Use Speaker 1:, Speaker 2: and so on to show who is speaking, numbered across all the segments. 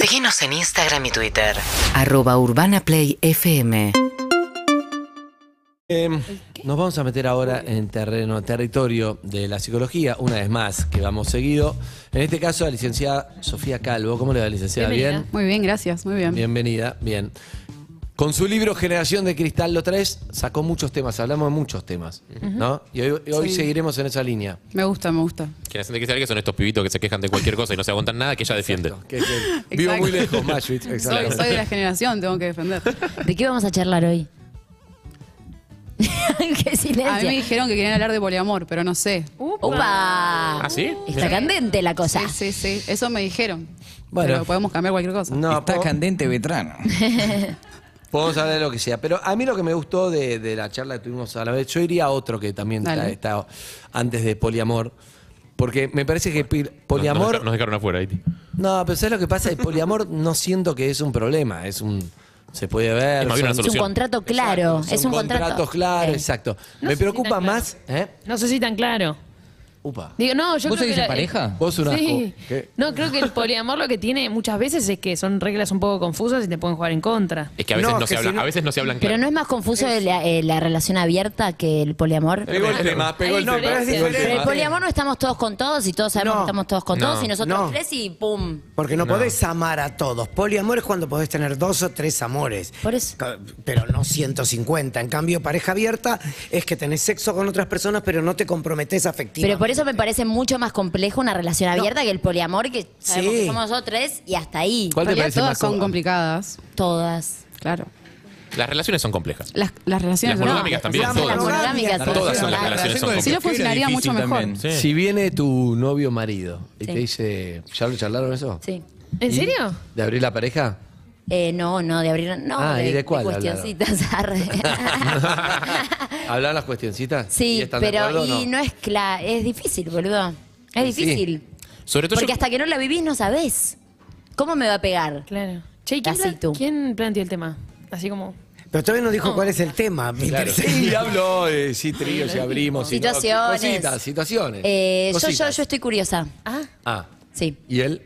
Speaker 1: Seguinos en Instagram y Twitter.
Speaker 2: Arroba Urbana Play FM.
Speaker 3: Eh, nos vamos a meter ahora en terreno, territorio de la psicología, una vez más, que vamos seguido. En este caso, la licenciada Sofía Calvo. ¿Cómo le va, licenciada? ¿Bien?
Speaker 4: Muy bien, gracias, muy bien.
Speaker 3: Bienvenida, bien. Con su libro Generación de Cristal, lo traes, sacó muchos temas, hablamos de muchos temas, ¿no? Y hoy, hoy seguiremos en esa línea.
Speaker 4: Me gusta, me gusta.
Speaker 5: Generación de cristal que son estos pibitos que se quejan de cualquier cosa y no se aguantan nada que ella defiende.
Speaker 3: Que- que- vivo muy lejos, Mashwitz.
Speaker 4: Soy,
Speaker 3: exactamente.
Speaker 4: soy de la generación, tengo que defender.
Speaker 6: ¿De qué vamos a charlar hoy? ¡Qué
Speaker 4: A mí me
Speaker 6: silencio!
Speaker 4: dijeron que querían hablar de poliamor, pero no sé.
Speaker 6: ¡Upa!
Speaker 5: ¿Ah, sí?
Speaker 6: Está candente la cosa.
Speaker 4: Sí, sí, sí. Eso me dijeron.
Speaker 3: Bueno.
Speaker 4: Pero podemos cambiar cualquier cosa.
Speaker 3: No,
Speaker 7: Está
Speaker 3: po-
Speaker 7: candente Vetrano.
Speaker 3: podemos hablar de lo que sea. Pero a mí lo que me gustó de, de la charla que tuvimos a la vez, yo iría a otro que también
Speaker 4: Dale.
Speaker 3: está, está antes de poliamor. Porque me parece que pil-
Speaker 5: Nos,
Speaker 3: poliamor.
Speaker 5: dejaron- nos dejaron afuera, Iti.
Speaker 3: No, pero ¿sabes lo que pasa? El poliamor no siento que es un problema, es un... Se puede ver.
Speaker 5: Es más bien
Speaker 3: son-
Speaker 5: una
Speaker 6: Es un
Speaker 5: Solución.
Speaker 6: contrato claro.
Speaker 3: Exacto,
Speaker 6: es
Speaker 3: son
Speaker 6: un contrato.
Speaker 3: contratos claros,
Speaker 6: Sí.
Speaker 3: exacto.
Speaker 8: No
Speaker 3: Me
Speaker 8: sé si
Speaker 3: preocupa
Speaker 8: tan claro.
Speaker 3: más... ¿eh?
Speaker 8: No sé si tan claro.
Speaker 3: Upa.
Speaker 8: Digo, no, yo
Speaker 7: ¿Vos
Speaker 8: creo
Speaker 7: seguís
Speaker 8: que
Speaker 7: en
Speaker 8: la- eh,
Speaker 7: pareja?
Speaker 3: Vos un asco.
Speaker 8: Sí.
Speaker 3: ¿Qué?
Speaker 8: No, creo que el poliamor lo que tiene muchas veces es que son reglas un poco confusas y te pueden jugar en contra.
Speaker 5: Es que a veces
Speaker 3: No,
Speaker 5: no,
Speaker 3: es que
Speaker 5: se hablan,
Speaker 3: si no-
Speaker 5: a veces no se hablan
Speaker 6: Pero
Speaker 5: claro.
Speaker 6: no es más confuso la, eh, la relación abierta que el poliamor.
Speaker 3: Pegó el tema, pegó el
Speaker 8: No,
Speaker 3: tema.
Speaker 8: pero es
Speaker 3: pegó el
Speaker 6: Pero el
Speaker 3: tema.
Speaker 6: poliamor no estamos todos con todos y todos sabemos
Speaker 9: No.
Speaker 6: que estamos todos con
Speaker 5: No.
Speaker 6: todos y nosotros
Speaker 9: No.
Speaker 6: tres y pum.
Speaker 9: Porque no, podés amar a todos. Poliamor es cuando podés tener dos o tres amores.
Speaker 6: Por eso.
Speaker 9: Ca- Pero no 150. En cambio, pareja abierta es que tenés sexo con otras personas, pero no te comprometés
Speaker 6: Pero
Speaker 9: afectivamente.
Speaker 6: por eso me parece mucho más complejo una relación abierta que el poliamor, que sabemos
Speaker 9: Sí.
Speaker 6: que somos nosotros tres y hasta ahí.
Speaker 3: ¿Cuál te
Speaker 4: En realidad
Speaker 3: parece
Speaker 4: todas
Speaker 3: más
Speaker 4: son
Speaker 3: co-
Speaker 4: complicadas.
Speaker 6: Todas.
Speaker 4: Claro.
Speaker 5: Las relaciones son complejas.
Speaker 4: Las, las relaciones
Speaker 5: Las
Speaker 4: son-
Speaker 5: monogámicas también,
Speaker 6: Las
Speaker 5: todas.
Speaker 6: monogámicas son
Speaker 5: Todas son las
Speaker 6: complicadas.
Speaker 5: relaciones son
Speaker 4: Si no
Speaker 5: complejas.
Speaker 4: funcionaría mucho mejor.
Speaker 3: Si viene tu novio marido y
Speaker 6: Sí.
Speaker 3: te dice... ¿Ya lo charlaron eso?
Speaker 6: Sí.
Speaker 8: ¿En serio?
Speaker 3: ¿De abrir la pareja?
Speaker 6: Eh, no, no, de abrir. No,
Speaker 3: Ah, ¿y de cuál
Speaker 6: cuestioncitas. arre.
Speaker 3: ¿Hablan las cuestioncitas? ¿Y
Speaker 6: sí,
Speaker 3: están de
Speaker 6: pero
Speaker 3: acuerdo o
Speaker 6: y no, es cla- es difícil, boludo. Es
Speaker 3: Sí.
Speaker 6: difícil.
Speaker 5: Sobre todo
Speaker 6: Porque
Speaker 5: yo-
Speaker 6: hasta que no la vivís no sabés. ¿Cómo me va a pegar?
Speaker 8: Claro. Che, ¿y ¿quién,
Speaker 6: Casi
Speaker 8: pla-
Speaker 6: tú.
Speaker 8: quién planteó el tema? Así como.
Speaker 9: Pero todavía no dijo cuál es el tema. Me
Speaker 3: Claro.
Speaker 9: interesa.
Speaker 3: Sí, habló, eh, sí, tríos, y abrimos. y no-
Speaker 6: Situaciones.
Speaker 3: Cositas, situaciones.
Speaker 6: Eh, yo, yo,
Speaker 3: Cositas.
Speaker 6: yo estoy curiosa.
Speaker 8: Ah,
Speaker 3: Ah,
Speaker 6: Sí.
Speaker 3: ¿y él?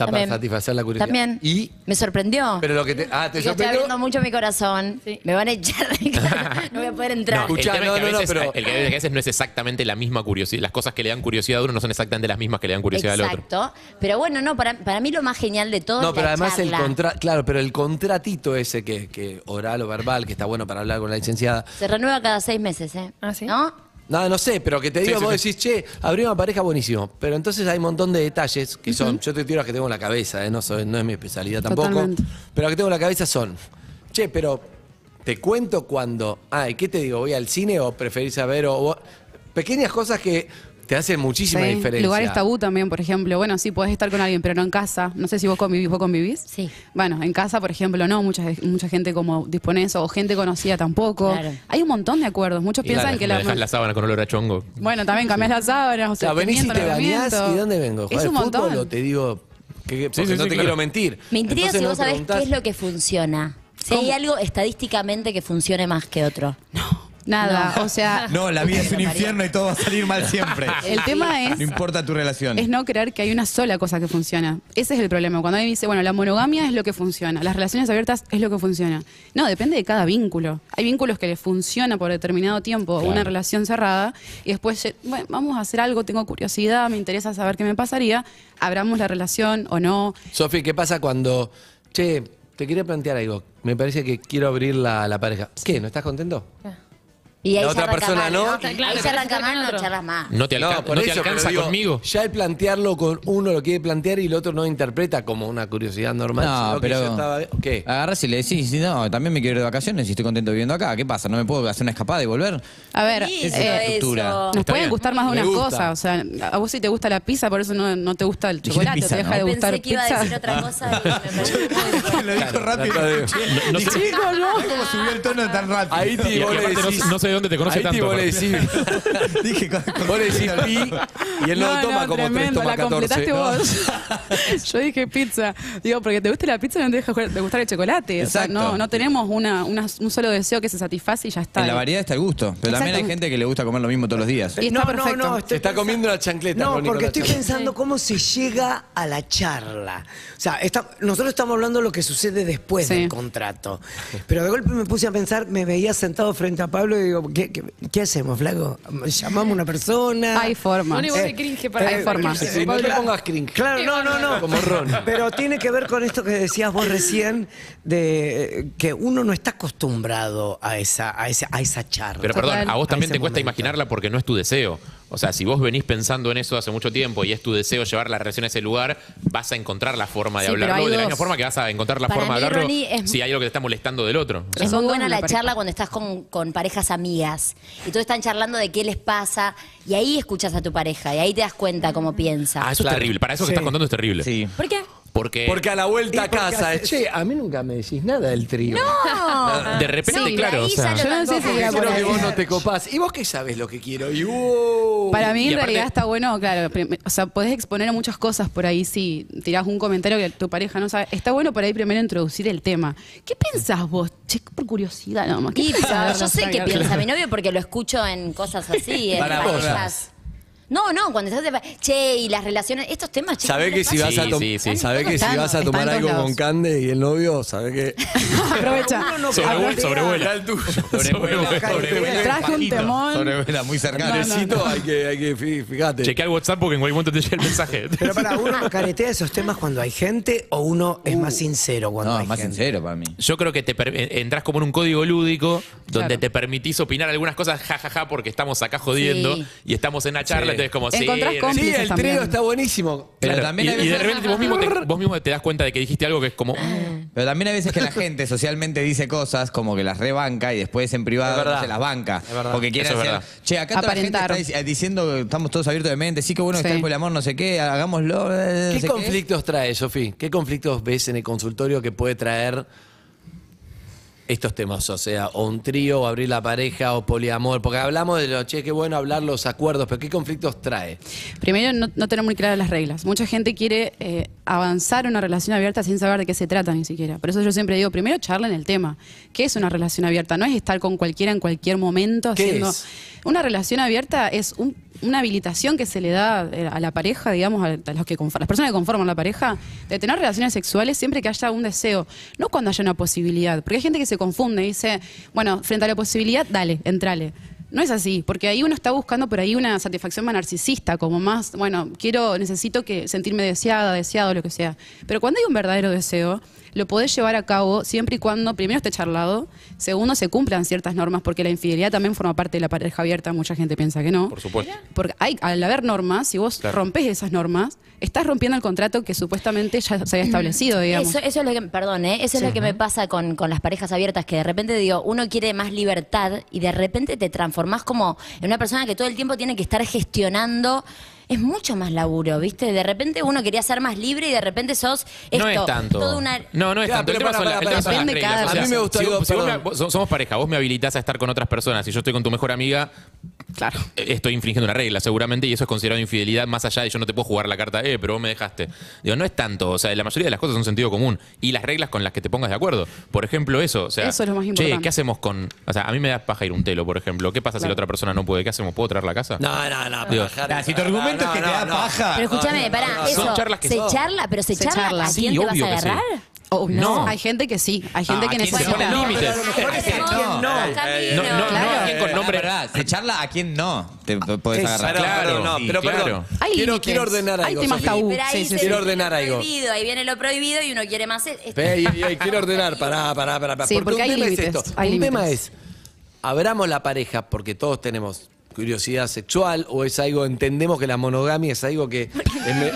Speaker 3: Está para
Speaker 6: También.
Speaker 3: satisfacer la curiosidad.
Speaker 6: También.
Speaker 3: ¿Y?
Speaker 6: Me sorprendió.
Speaker 3: Pero lo que te... Ah, te
Speaker 6: Yo estoy
Speaker 3: sorprendió...
Speaker 6: abriendo mucho mi corazón.
Speaker 8: Sí.
Speaker 6: Me van a echar de cara. No voy a poder entrar.
Speaker 3: No, Escuchá,
Speaker 5: el tema es que
Speaker 3: no,
Speaker 5: a
Speaker 3: no,
Speaker 5: veces,
Speaker 3: pero-
Speaker 5: el que a veces no es exactamente la misma curiosidad. Las cosas que le dan curiosidad a uno no son exactamente las mismas que le dan curiosidad al otro.
Speaker 6: Exacto. Pero bueno, no, para, para mí lo más genial de todo
Speaker 3: No,
Speaker 6: es
Speaker 3: pero
Speaker 6: la
Speaker 3: además
Speaker 6: charla.
Speaker 3: el contrato, claro, pero el contratito ese que, que oral o verbal, que está bueno para hablar con la licenciada.
Speaker 6: Se renueva cada seis meses, ¿eh?
Speaker 8: Ah, ¿sí?
Speaker 6: ¿No?
Speaker 3: No, no sé, pero que te digo,
Speaker 5: sí,
Speaker 3: vos
Speaker 5: sí.
Speaker 3: decís, che, abrí una pareja buenísimo. Pero entonces hay un montón de detalles que son, yo te tiro las que tengo en la cabeza, eh, no, soy- no es mi especialidad tampoco.
Speaker 4: Totalmente.
Speaker 3: Pero las que tengo en la cabeza son, che, pero te cuento cuando, ay, ¿qué te digo? ¿Voy al cine o preferís saber? O, vos- pequeñas cosas que te hacen muchísima
Speaker 4: Sí.
Speaker 3: diferencia.
Speaker 4: Lugares tabú también, por ejemplo. Bueno, sí, podés estar con alguien, pero no en casa. No sé si vos convivís, vos convivís.
Speaker 6: Sí.
Speaker 4: Bueno, en casa, por ejemplo, no. Mucha, mucha gente como dispone eso, o gente conocida tampoco.
Speaker 6: Claro.
Speaker 4: Hay un montón de acuerdos. Muchos
Speaker 5: Y
Speaker 4: piensan
Speaker 5: me
Speaker 4: que
Speaker 5: dejas la sábana con olor a chongo.
Speaker 4: Bueno, también cambiás las sábanas. O sea,
Speaker 3: Claro, venís y te
Speaker 4: teniendo
Speaker 3: bañás
Speaker 4: alojamiento.
Speaker 3: y ¿dónde vengo?
Speaker 4: Es
Speaker 3: Joder,
Speaker 4: un
Speaker 3: fútbol
Speaker 4: montón.
Speaker 3: o te digo, que, que- porque
Speaker 5: sí,
Speaker 3: no te
Speaker 5: sí, claro.
Speaker 3: quiero mentir.
Speaker 6: Me intriga
Speaker 3: Entonces
Speaker 6: si
Speaker 3: no
Speaker 6: vos sabés
Speaker 3: preguntás-
Speaker 6: qué es lo que funciona. Si hay algo estadísticamente que funcione más que otro.
Speaker 4: Nada, o sea,
Speaker 7: No, la vida es un infierno y todo va a salir mal siempre.
Speaker 4: el tema es
Speaker 7: No importa tu relación.
Speaker 4: es no creer que hay una sola cosa que funciona. Ese es el problema. Cuando alguien dice, bueno, la monogamia es lo que funciona, las relaciones abiertas es lo que funciona. No, depende de cada vínculo. Hay vínculos que le funciona por determinado tiempo una relación cerrada y después, eh, bueno, vamos a hacer algo, tengo curiosidad, me interesa saber qué me pasaría, abramos la relación o no.
Speaker 3: Sofi, ¿qué pasa cuando, che, te quería plantear algo? Me parece que quiero abrir la, la pareja. ¿Qué? ¿No estás contento?
Speaker 6: Y ahí
Speaker 3: La
Speaker 6: ya
Speaker 3: otra
Speaker 6: arranca
Speaker 3: persona
Speaker 6: mal,
Speaker 3: no.
Speaker 6: Ahí
Speaker 8: Claro,
Speaker 6: ya arranca
Speaker 8: pero se
Speaker 6: mal,
Speaker 8: termina
Speaker 6: no
Speaker 8: otro.
Speaker 6: charlas más.
Speaker 5: No te, alca-
Speaker 3: por
Speaker 5: no te
Speaker 3: eso, pero
Speaker 5: alcanza
Speaker 3: digo,
Speaker 5: conmigo.
Speaker 3: Ya el plantearlo con uno lo quiere plantear y el otro no interpreta como una curiosidad normal.
Speaker 7: No,
Speaker 3: sino que yo
Speaker 7: pero Ah.
Speaker 3: estaba- ¿Qué?
Speaker 7: agarras y le decís, no, también me quiero ir de vacaciones y estoy contento viviendo acá. ¿Qué pasa? ¿No me puedo hacer una escapada y volver?
Speaker 4: A ver,
Speaker 6: Sí,
Speaker 7: es
Speaker 6: eso,
Speaker 7: una
Speaker 4: eh,
Speaker 7: estructura.
Speaker 6: eso.
Speaker 4: Nos
Speaker 5: Está
Speaker 4: pueden
Speaker 5: bien.
Speaker 4: gustar más de
Speaker 3: Me
Speaker 4: una
Speaker 3: gusta.
Speaker 4: cosa, o sea, a vos sí te gusta la pizza, por eso no, no te gusta el
Speaker 7: Dijiste
Speaker 4: chocolate,
Speaker 7: pizza,
Speaker 4: te deja
Speaker 7: ¿no?
Speaker 4: de gustar
Speaker 6: Pensé que iba
Speaker 4: pizza.
Speaker 6: a decir otra cosa y me pareció muy
Speaker 7: Lo dijo
Speaker 3: rápido.
Speaker 7: rápido.
Speaker 3: Claro,
Speaker 7: ¿Cómo subió el tono tan rápido?
Speaker 3: Ahí te-
Speaker 5: Y,
Speaker 3: Y vos le
Speaker 5: aparte no,
Speaker 3: decís-
Speaker 5: no se de dónde te conoce
Speaker 3: Ahí
Speaker 5: tanto.
Speaker 3: vos le
Speaker 5: aparte.
Speaker 3: decís,
Speaker 7: Dije, con-
Speaker 3: vos le decís pi y él no, toma como tres,
Speaker 4: tremendo,
Speaker 3: toma
Speaker 4: la
Speaker 3: 14.
Speaker 4: completaste vos. Yo dije pizza. Digo, porque te gusta la pizza no te deja jugar- de gustar el chocolate. O sea,
Speaker 7: Exacto.
Speaker 4: no, no tenemos una, una- un solo deseo que se satisface y ya está.
Speaker 7: en la variedad está el gusto. Pero también hay
Speaker 4: Exacto.
Speaker 7: gente que le gusta comer lo mismo todos los días.
Speaker 4: Y está perfecto.
Speaker 3: Se está comiendo la chancleta,
Speaker 9: No,
Speaker 3: Ronnie,
Speaker 9: porque
Speaker 3: con la
Speaker 9: estoy
Speaker 3: chancleta.
Speaker 9: pensando cómo se llega a la charla. O sea, está- nosotros estamos hablando de lo que sucede después
Speaker 4: Sí.
Speaker 9: del contrato. Pero de golpe me puse a pensar, me veía sentado frente a Pablo y digo, ¿qué, qué- qué hacemos, flaco? ¿Llamamos a una persona?
Speaker 4: Hay forma.
Speaker 8: Bueno, igual de cringe para
Speaker 3: Eh,
Speaker 4: Hay
Speaker 8: mí.
Speaker 4: forma.
Speaker 3: Sí, sí, no te pongas cringe.
Speaker 9: Claro, no, no, no.
Speaker 3: Como Ron.
Speaker 9: Pero tiene que ver con esto que decías vos recién, de eh, que uno no está acostumbrado a esa, a esa, a esa charla.
Speaker 5: Pero perdón, a vos
Speaker 9: A
Speaker 5: también
Speaker 9: ese
Speaker 5: te cuesta
Speaker 9: momento.
Speaker 5: imaginarla porque no es tu deseo. O sea, si vos venís pensando en eso hace mucho tiempo y es tu deseo llevar la relación a ese lugar, vas a encontrar la forma de
Speaker 4: Sí, pero
Speaker 5: hablarlo.
Speaker 4: hay
Speaker 5: De la
Speaker 4: dos.
Speaker 5: misma forma que vas a encontrar la
Speaker 6: Para
Speaker 5: forma de
Speaker 6: mí,
Speaker 5: hablarlo
Speaker 6: Ronnie, es-
Speaker 5: si hay algo que te está molestando del otro. O sea,
Speaker 6: Es
Speaker 4: Son
Speaker 6: muy
Speaker 4: dos
Speaker 6: buena
Speaker 4: en
Speaker 6: la
Speaker 4: la pareja.
Speaker 6: charla cuando estás con, con parejas amigas y todos están charlando de qué les pasa y ahí escuchas a tu pareja y ahí te das cuenta cómo piensa.
Speaker 5: ah, eso es terrible. Para eso que estás contando es terrible.
Speaker 7: Sí.
Speaker 6: Mm. ¿Por qué?
Speaker 5: Porque,
Speaker 3: Porque a la vuelta
Speaker 9: Y
Speaker 3: a
Speaker 9: porque
Speaker 3: casa, eh,
Speaker 9: haces-
Speaker 3: che, a mí nunca me decís nada del trío.
Speaker 5: de repente,
Speaker 6: Sí,
Speaker 5: claro.
Speaker 6: ahí
Speaker 5: o sea,
Speaker 6: sale
Speaker 4: Yo no sé
Speaker 6: otra
Speaker 4: si
Speaker 6: cosa.
Speaker 4: era por
Speaker 3: Creo que
Speaker 4: ahí.
Speaker 3: vos no te copás. ¿Y vos qué sabés lo que quiero? Y uh, wow.
Speaker 4: Para mí,
Speaker 5: Uh, Y
Speaker 4: en
Speaker 5: aparte-
Speaker 4: realidad, está bueno, claro. prim- O sea, podés exponer a muchas cosas por ahí si tirás un comentario que tu pareja no sabe. Está bueno por ahí primero introducir el tema. ¿Qué pensás vos? Che, por curiosidad nada más. ¿Qué
Speaker 6: Y,
Speaker 4: pensás?
Speaker 6: yo sé qué piensa mi novio porque lo escucho en cosas así, en
Speaker 3: Para
Speaker 6: parejas. No, no, cuando estás de- Che, y las relaciones, estos temas, chicos.
Speaker 3: Sabés
Speaker 6: no
Speaker 3: que
Speaker 6: los
Speaker 3: si vas a,
Speaker 5: Sí,
Speaker 3: tom-
Speaker 5: sí, sí.
Speaker 3: sabés que si
Speaker 4: Están-
Speaker 3: vas a tomar
Speaker 4: están
Speaker 3: algo
Speaker 4: todos
Speaker 3: con
Speaker 4: lados.
Speaker 3: Cande y el novio, sabés que...
Speaker 4: Aprovecha.
Speaker 5: sobrevuela. sobrevuela.
Speaker 3: el tuyo.
Speaker 5: Sobrevuela, sobrevuela.
Speaker 4: Traje un
Speaker 5: Bajito.
Speaker 4: temón.
Speaker 7: Sobrevela, muy cercana.
Speaker 4: No, no.
Speaker 3: Necesito, hay que, hay que, fi- fíjate.
Speaker 5: Chequea el WhatsApp porque en cualquier momento te llega el mensaje.
Speaker 9: Pero para uno caretea esos temas cuando hay gente o uno
Speaker 4: Uh.
Speaker 9: es más sincero cuando
Speaker 7: No,
Speaker 9: hay
Speaker 7: es más
Speaker 9: gente.
Speaker 7: sincero para mí.
Speaker 5: Yo creo que te per- entras como en un código lúdico donde
Speaker 4: Claro.
Speaker 5: te permitís opinar algunas cosas jajaja porque estamos acá jodiendo
Speaker 6: Sí.
Speaker 5: y estamos en la charla,
Speaker 3: Sí.
Speaker 5: entonces como
Speaker 4: Encontrás
Speaker 5: sí,
Speaker 4: cómplices
Speaker 3: Sí, el
Speaker 4: también.
Speaker 3: trío está buenísimo.
Speaker 7: Pero
Speaker 5: Claro,
Speaker 7: también
Speaker 5: y,
Speaker 7: hay
Speaker 5: y de
Speaker 7: veces-
Speaker 5: repente vos mismo, te, vos mismo te das cuenta de que dijiste algo que es
Speaker 4: Ah.
Speaker 5: como. mm,
Speaker 7: Pero también hay veces que la gente socialmente dice cosas como que las rebanca y después en
Speaker 3: Es
Speaker 7: privado
Speaker 3: verdad.
Speaker 7: no se las banca.
Speaker 3: Es verdad.
Speaker 7: Porque quiere
Speaker 5: Eso es
Speaker 7: hacer.
Speaker 5: verdad.
Speaker 7: Che, acá toda la gente
Speaker 4: Aparentar.
Speaker 7: está dic- diciendo que estamos todos abiertos de mente, sí que bueno que
Speaker 4: Sí.
Speaker 7: está el amor, no sé qué, hagámoslo. eh, no
Speaker 3: ¿Qué
Speaker 7: sé
Speaker 3: conflictos trae, Sofi? ¿Qué conflictos ves en el consultorio que puede traer estos temas? O sea, o un trío, o abrir la pareja, o poliamor. Porque hablamos de lo, che, qué bueno hablar los acuerdos, pero ¿qué conflictos trae?
Speaker 4: Primero, no, no tener muy claras las reglas. Mucha gente quiere eh, avanzar una relación abierta sin saber de qué se trata ni siquiera. Por eso yo siempre digo, primero charlen el tema. ¿Qué es una relación abierta? No es estar con cualquiera en cualquier momento
Speaker 3: ¿Qué
Speaker 4: haciendo...
Speaker 3: es?
Speaker 4: Una relación abierta es un- una habilitación que se le da eh, a la pareja, digamos, a, a los que conforman- las personas que conforman la pareja, de tener relaciones sexuales siempre que haya un deseo, no cuando haya una posibilidad. Porque hay gente que se confunde y dice, bueno, frente a la posibilidad, dale, entrale. No es así, porque ahí uno está buscando por ahí una satisfacción más narcisista, como más, bueno, quiero, necesito que sentirme deseada, deseado, lo que sea. Pero cuando hay un verdadero deseo, lo podés llevar a cabo siempre y cuando, primero, esté charlado, segundo, se cumplan ciertas normas, porque la infidelidad también forma parte de la pareja abierta, mucha gente piensa que no.
Speaker 5: por supuesto.
Speaker 4: Porque hay, al haber normas, si vos rompes esas normas, estás rompiendo el contrato que supuestamente ya se había establecido, digamos.
Speaker 6: Eso, eso es lo que, perdón, ¿eh? eso es lo que me pasa con, con las parejas abiertas, que de repente digo, uno quiere más libertad y de repente te transformás como en una persona que todo el tiempo tiene que estar gestionando. Es mucho más laburo, ¿viste? De repente uno quería ser más libre y de repente sos esto.
Speaker 5: no es tanto.
Speaker 6: toda una-
Speaker 5: No, no es
Speaker 3: Claro,
Speaker 5: tanto.
Speaker 3: pero
Speaker 5: El tema son
Speaker 3: para,
Speaker 5: la- el
Speaker 3: para,
Speaker 5: tema son las
Speaker 4: depende
Speaker 5: reglas.
Speaker 4: cada-
Speaker 5: o sea,
Speaker 3: A mí me gustó
Speaker 5: si-
Speaker 3: algo,
Speaker 5: si vos me-
Speaker 3: perdón.
Speaker 5: vos- somos pareja, vos me habilitás a estar con otras personas y yo estoy con tu mejor amiga. Claro. Estoy infringiendo una regla, seguramente, y eso es considerado infidelidad más allá de yo no te puedo jugar la carta, eh, pero vos me dejaste. Digo, no es tanto. O sea, la mayoría de las cosas son sentido común y las reglas con las que te pongas de acuerdo. Por ejemplo, eso. O sea,
Speaker 4: Eso es lo más
Speaker 5: Che,
Speaker 4: importante.
Speaker 5: ¿qué hacemos con.? O sea, a mí me da paja ir un telo, por ejemplo. ¿Qué pasa si la otra persona no puede? ¿Qué hacemos? ¿Puedo traer la casa?
Speaker 3: No, no, no.
Speaker 5: Digo,
Speaker 3: bajar-
Speaker 7: Ah, si tu argumento
Speaker 3: no,
Speaker 7: es que te
Speaker 3: no,
Speaker 7: da
Speaker 3: no.
Speaker 7: paja.
Speaker 6: Pero escúchame, pará, eso.
Speaker 5: son charlas que
Speaker 6: se
Speaker 5: son.
Speaker 6: charla, pero se,
Speaker 4: Se
Speaker 6: charla.
Speaker 4: charla.
Speaker 6: ¿A
Speaker 4: Sí,
Speaker 6: quién te vas
Speaker 5: obvio
Speaker 6: a
Speaker 5: que sí.
Speaker 6: agarrar?
Speaker 4: Obvio.
Speaker 5: No.
Speaker 4: Hay gente que sí, hay gente
Speaker 5: Ah,
Speaker 4: que
Speaker 5: ¿a quién se
Speaker 4: necesita.
Speaker 5: ponen límites?
Speaker 6: Por
Speaker 7: Hay gente-
Speaker 6: eso,
Speaker 7: no.
Speaker 6: otro
Speaker 7: Eh,
Speaker 5: No,
Speaker 6: camino.
Speaker 5: no, no,
Speaker 4: Claro. Ah,
Speaker 5: a quién con nombre.
Speaker 7: Pará, se charla a quién no. Te te podés
Speaker 9: Eso.
Speaker 7: agarrar.
Speaker 3: Pero,
Speaker 5: Claro,
Speaker 3: pero no,
Speaker 5: sí,
Speaker 3: pero
Speaker 5: claro.
Speaker 3: perdón.
Speaker 4: Hay
Speaker 3: Quiero,
Speaker 4: límites.
Speaker 3: quiero ordenar
Speaker 4: Hay
Speaker 3: algo.
Speaker 4: temas
Speaker 3: Sofi.
Speaker 4: tabú.
Speaker 6: Pero ahí
Speaker 4: Sí, sí,
Speaker 6: se
Speaker 4: sí.
Speaker 3: Quiero
Speaker 6: viene
Speaker 3: ordenar
Speaker 6: lo
Speaker 3: algo.
Speaker 6: prohibido, ahí viene lo prohibido y uno quiere más. e- es- es-
Speaker 3: Ve, y- y quiero ordenar, pará, pará, pará. pará.
Speaker 4: Este- Sí, porque
Speaker 3: un
Speaker 4: hay
Speaker 3: tema es
Speaker 4: límites,
Speaker 3: esto.
Speaker 4: hay
Speaker 3: un
Speaker 4: límites.
Speaker 3: tema es, abramos la pareja porque todos tenemos curiosidad sexual o es algo, entendemos que la monogamia es algo que... es me-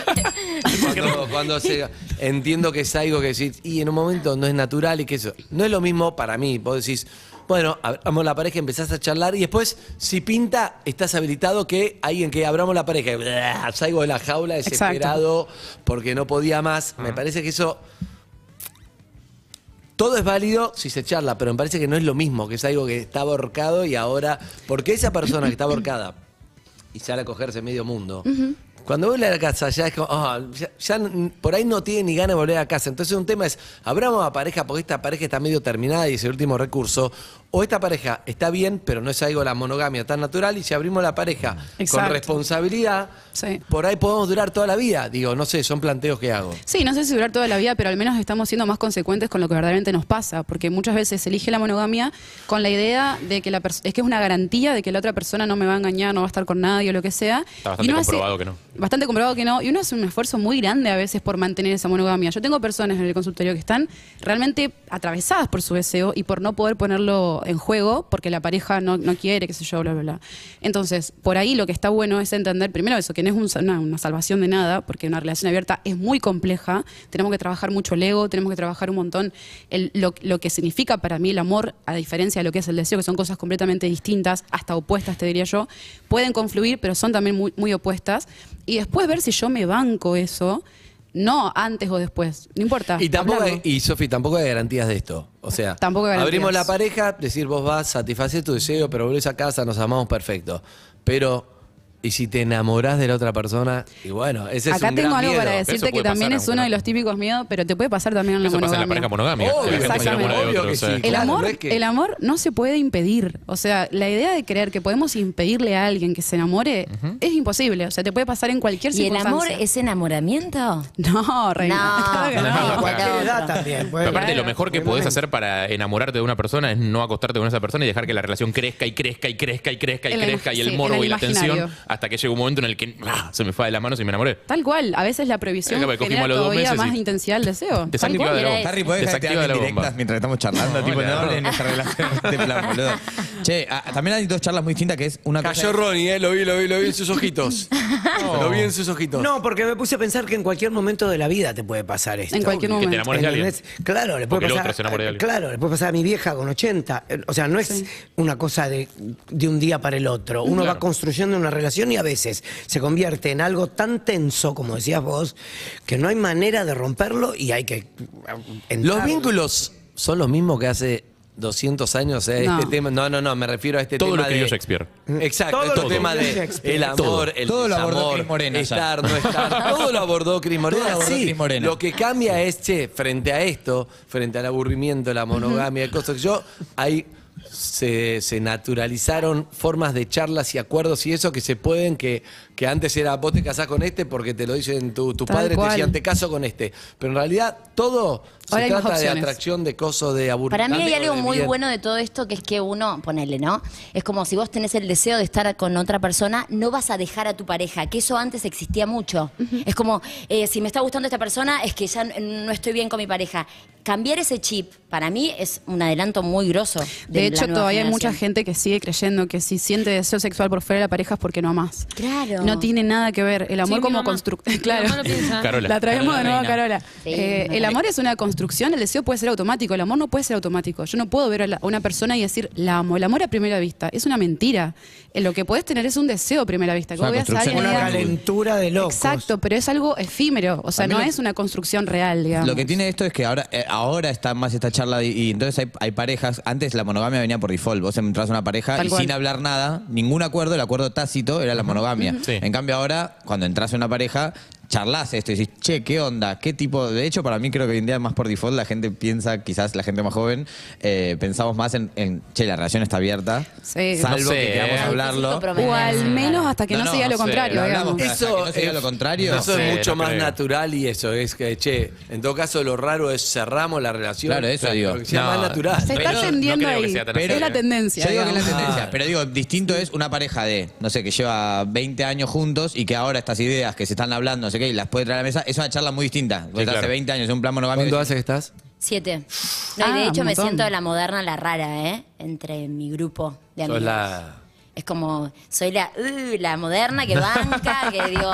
Speaker 3: cuando, cuando se- entiendo que es algo que decís, y en un momento no es natural y que eso. No es lo mismo para mí, vos decís... Bueno, abramos la pareja, empezás a charlar y después, si pinta, estás habilitado que alguien que abramos la pareja, bla, salgo de la jaula
Speaker 4: Exacto.
Speaker 3: desesperado porque no podía más. Me parece que eso Todo es válido si se charla, pero me parece que no es lo mismo, que es algo que está borcado y ahora. Porque esa persona que está borcada y sale a cogerse medio mundo. Cuando vuelve a la casa ya es como, ah, ya, ya n- por ahí no tiene ni ganas de volver a casa. Entonces un tema es, abramos a pareja porque esta pareja está medio terminada y es el último recurso. O esta pareja está bien, pero no es algo la monogamia tan natural. Y si abrimos la pareja con
Speaker 4: Exacto.
Speaker 3: responsabilidad,
Speaker 4: Sí.
Speaker 3: por ahí podemos durar toda la vida. Digo, no sé, son planteos que hago.
Speaker 4: Sí, no sé si durar toda la vida, pero al menos estamos siendo más consecuentes con lo que verdaderamente nos pasa, porque muchas veces se elige la monogamia con la idea de que la pers- es que es una garantía de que la otra persona no me va a engañar, no va a estar con nadie o lo que sea.
Speaker 5: Está bastante
Speaker 4: Y uno
Speaker 5: comprobado que no.
Speaker 4: Bastante comprobado que no, y uno hace un esfuerzo muy grande a veces por mantener esa monogamia. Yo tengo personas en el consultorio que están realmente atravesadas por su deseo y por no poder ponerlo en juego porque la pareja no, no quiere, qué sé yo, bla, bla, bla. Entonces, por ahí lo que está bueno es entender primero eso, que no es un sa- una, una salvación de nada, porque una relación abierta es muy compleja, tenemos que trabajar mucho el ego, tenemos que trabajar un montón el- lo, lo que significa para mí el amor, a diferencia de lo que es el deseo, que son cosas completamente distintas, hasta opuestas, te diría yo, pueden confluir, pero son también muy, muy opuestas, y después ver si yo me banco eso. No antes o después, no importa.
Speaker 3: Y tampoco
Speaker 4: hablarlo.
Speaker 3: hay- y Sofi, tampoco hay garantías de esto. O sea,
Speaker 4: Tampoco hay garantías.
Speaker 3: abrimos la pareja, decir vos vas, satisfacés tu deseo, pero volvés a casa, nos amamos perfecto. Pero, ¿y si te enamorás de la otra persona? Y bueno, ese es
Speaker 4: Acá
Speaker 3: un
Speaker 4: tengo
Speaker 3: gran
Speaker 4: algo
Speaker 3: miedo.
Speaker 4: para
Speaker 5: Eso
Speaker 4: decirte que
Speaker 5: puede
Speaker 4: también
Speaker 5: pasar,
Speaker 4: es
Speaker 5: aunque
Speaker 4: uno
Speaker 5: no.
Speaker 4: de los típicos miedos, pero te puede pasar también en la
Speaker 5: Eso pasa en la
Speaker 4: monogamia.
Speaker 5: pareja monogámica. que
Speaker 3: Obvio,
Speaker 5: la gente se enamora de
Speaker 3: obvio
Speaker 5: otro,
Speaker 3: que
Speaker 5: ¿sabes?
Speaker 3: sí.
Speaker 4: El
Speaker 3: Claro,
Speaker 4: amor,
Speaker 3: no es que-
Speaker 4: el amor no se puede impedir. O sea, la idea de creer que podemos impedirle a alguien que se enamore es imposible. O sea, te puede pasar en cualquier
Speaker 6: ¿Y el amor
Speaker 4: circunstancia.
Speaker 6: es enamoramiento?
Speaker 4: No, reina. claro que no.
Speaker 9: A
Speaker 5: No,
Speaker 9: cualquier
Speaker 6: claro.
Speaker 9: edad también.
Speaker 5: Pero
Speaker 9: bueno.
Speaker 5: aparte, lo mejor que podés hacer para enamorarte de una persona es no acostarte con esa persona y dejar que la relación crezca y crezca y crezca y crezca y
Speaker 4: En la
Speaker 5: crezca y
Speaker 4: imag-
Speaker 5: el
Speaker 4: sí,
Speaker 5: morbo
Speaker 4: en el
Speaker 5: y la tensión
Speaker 4: imaginario.
Speaker 5: hasta que llega un momento en el que ah, se me fue de las manos y me enamoré.
Speaker 4: Tal cual. A veces la prohibición
Speaker 5: Acá me cogimos
Speaker 4: genera
Speaker 5: a los dos
Speaker 4: todavía
Speaker 5: meses y-
Speaker 4: más intensidad al deseo.
Speaker 5: Te
Speaker 6: Tal
Speaker 5: saca
Speaker 6: cual,
Speaker 5: la
Speaker 6: era
Speaker 5: bomba.
Speaker 6: eso.
Speaker 7: Harry, ¿podés dejar de
Speaker 5: Desactiva
Speaker 7: tirar
Speaker 5: la bomba.
Speaker 7: indirectas mientras estamos charlando?
Speaker 5: No,
Speaker 7: tipo,
Speaker 5: hola.
Speaker 7: no hablen de esa relación de este plan, boludo. Che, a- también hay dos charlas muy distintas que es una cosa...
Speaker 3: Cayó Ronnie, eh, lo vi, lo vi, lo vi en sus ojitos. Lo vi en sus ojitos.
Speaker 9: No, porque me puse a pensar que en cualquier momento de la vida te puede pasar esto.
Speaker 4: En cualquier
Speaker 5: Que te
Speaker 4: momento.
Speaker 5: enamores de alguien.
Speaker 9: ¿Entendés? Claro, le puede
Speaker 5: Porque el
Speaker 9: pasar.
Speaker 5: otro se enamore de alguien.
Speaker 9: Claro, le puede pasar a mi vieja con 80. Eh, O sea, no es una cosa de, de un día para el otro. Uno va construyendo una relación y a veces se convierte en algo tan tenso, como decías vos, que no hay manera de romperlo y hay que. eh, entrar.
Speaker 3: Los vínculos son los mismos que hace 200 años, eh,
Speaker 4: No.
Speaker 3: este tema. No, no, no, me refiero a este
Speaker 5: Todo
Speaker 3: tema
Speaker 5: lo que
Speaker 3: de-
Speaker 5: vio Shakespeare.
Speaker 3: Exacto,
Speaker 9: Todo
Speaker 3: este
Speaker 9: lo que
Speaker 3: tema
Speaker 9: vio
Speaker 3: de
Speaker 9: Shakespeare.
Speaker 3: el amor, el
Speaker 7: Todo lo abordó
Speaker 3: desamor,
Speaker 7: Cris Morena ya.
Speaker 3: estar, no estar, todo lo abordó Cris Morena.
Speaker 7: Todo lo abordó
Speaker 3: sí.
Speaker 7: Cris Morena.
Speaker 3: Lo que cambia es, che, frente a esto, frente al aburrimiento, la monogamia, cosas que yo, ahí se, se naturalizaron formas de charlas y acuerdos y eso que se pueden, que, que antes era vos te casás con este porque te lo dicen tu, tu
Speaker 4: Tal
Speaker 3: padre, te
Speaker 4: cual.
Speaker 3: decían te caso con este. Pero en realidad todo se
Speaker 4: Ahora hay más
Speaker 3: trata de
Speaker 4: opciones.
Speaker 3: atracción, de coso, de
Speaker 6: Para
Speaker 3: aburrimiento.
Speaker 6: mí hay algo
Speaker 3: de
Speaker 6: muy
Speaker 3: bien.
Speaker 6: bueno de todo esto que es que uno, ponele, ¿no? Es como si vos tenés el deseo de estar con otra persona, no vas a dejar a tu pareja, que eso antes existía mucho. Es como, eh, si me está gustando esta persona, es que ya n- no estoy bien con mi pareja. Cambiar ese chip, para mí, es un adelanto muy grosso.
Speaker 4: De,
Speaker 6: la
Speaker 4: hecho,
Speaker 6: nueva
Speaker 4: todavía hay mucha
Speaker 6: generación.
Speaker 4: gente que sigue creyendo que si siente deseo sexual por fuera de la pareja es porque no amas.
Speaker 6: Claro.
Speaker 4: No tiene nada que ver. El amor
Speaker 8: mi
Speaker 4: como
Speaker 8: mamá.
Speaker 4: construcción.
Speaker 8: Mi
Speaker 4: claro.
Speaker 8: mamá lo piensa.
Speaker 5: Carola.
Speaker 4: La traemos
Speaker 7: Carola
Speaker 4: de nuevo a
Speaker 7: Reina.
Speaker 4: Carola.
Speaker 6: Sí,
Speaker 4: Eh,
Speaker 6: no.
Speaker 4: el amor es una construcción, el deseo puede ser automático, el amor no puede ser automático. Yo no puedo ver a, la- a una persona y decir, la amo. El amor a primera vista es una mentira. Eh, lo que puedes tener es un deseo a primera vista. Que
Speaker 7: una
Speaker 4: vos veas a
Speaker 7: construcción,
Speaker 4: alguien y
Speaker 9: Una
Speaker 4: digas,
Speaker 9: calentura de locos.
Speaker 4: Exacto, pero es algo efímero. O sea,
Speaker 7: También
Speaker 4: no
Speaker 7: lo-
Speaker 4: es una construcción real, digamos.
Speaker 7: Lo que tiene esto es que ahora, eh, ahora está más esta charla y, y entonces hay, hay parejas. Antes la monogamia venía por default. Vos entras a una pareja
Speaker 4: Tal
Speaker 7: y
Speaker 4: cual.
Speaker 7: sin hablar nada, ningún acuerdo, el acuerdo tácito era la monogamia.
Speaker 5: Sí.
Speaker 7: En cambio ahora, cuando entras a una pareja, charlas esto y decís, che, ¿qué onda? ¿Qué tipo? De hecho, para mí creo que hoy en día más por default la gente piensa, quizás la gente más joven, eh, pensamos más en, en, che, la relación está abierta.
Speaker 4: Sí.
Speaker 7: Salvo
Speaker 5: No sé,
Speaker 7: que queramos
Speaker 5: eh.
Speaker 7: hablarlo.
Speaker 4: O al menos hasta que no,
Speaker 7: No, no,
Speaker 4: sea lo
Speaker 5: no sé,
Speaker 4: contrario,
Speaker 7: lo hablamos,
Speaker 4: digamos.
Speaker 7: pero- Hasta que no se diga lo contrario.
Speaker 3: Eso
Speaker 5: No sé,
Speaker 3: es mucho
Speaker 5: no
Speaker 3: más
Speaker 5: creo.
Speaker 3: natural y eso es que, che, en todo caso lo raro es cerramos la relación.
Speaker 7: Claro, eso digo.
Speaker 3: pero Que sea
Speaker 5: No,
Speaker 3: más natural.
Speaker 4: Se
Speaker 5: Pero
Speaker 4: está
Speaker 5: no
Speaker 4: tendiendo
Speaker 5: creo que
Speaker 4: ahí.
Speaker 5: sea tan
Speaker 7: así,
Speaker 4: es
Speaker 7: ¿eh?
Speaker 4: la tendencia.
Speaker 7: Ya digo que es
Speaker 4: digamos.
Speaker 7: la
Speaker 3: Ah.
Speaker 7: tendencia, pero digo, distinto es una pareja de, no sé, que lleva 20 años juntos y que ahora estas ideas que se están hablando, no sé qué, y las puede traer a la mesa, es una charla muy distinta. Porque
Speaker 5: claro.
Speaker 7: hace 20 años en un plan monogámico.
Speaker 3: ¿Cuánto
Speaker 7: decís,
Speaker 3: hace que estás?
Speaker 6: Siete. No, y
Speaker 4: Ah,
Speaker 6: de hecho
Speaker 4: un
Speaker 6: me
Speaker 4: montón.
Speaker 6: siento la moderna, la rara, ¿eh? Entre mi grupo de
Speaker 3: Sos
Speaker 6: amigos.
Speaker 3: la-
Speaker 6: Es como, soy la, uh, la moderna que banca, que digo,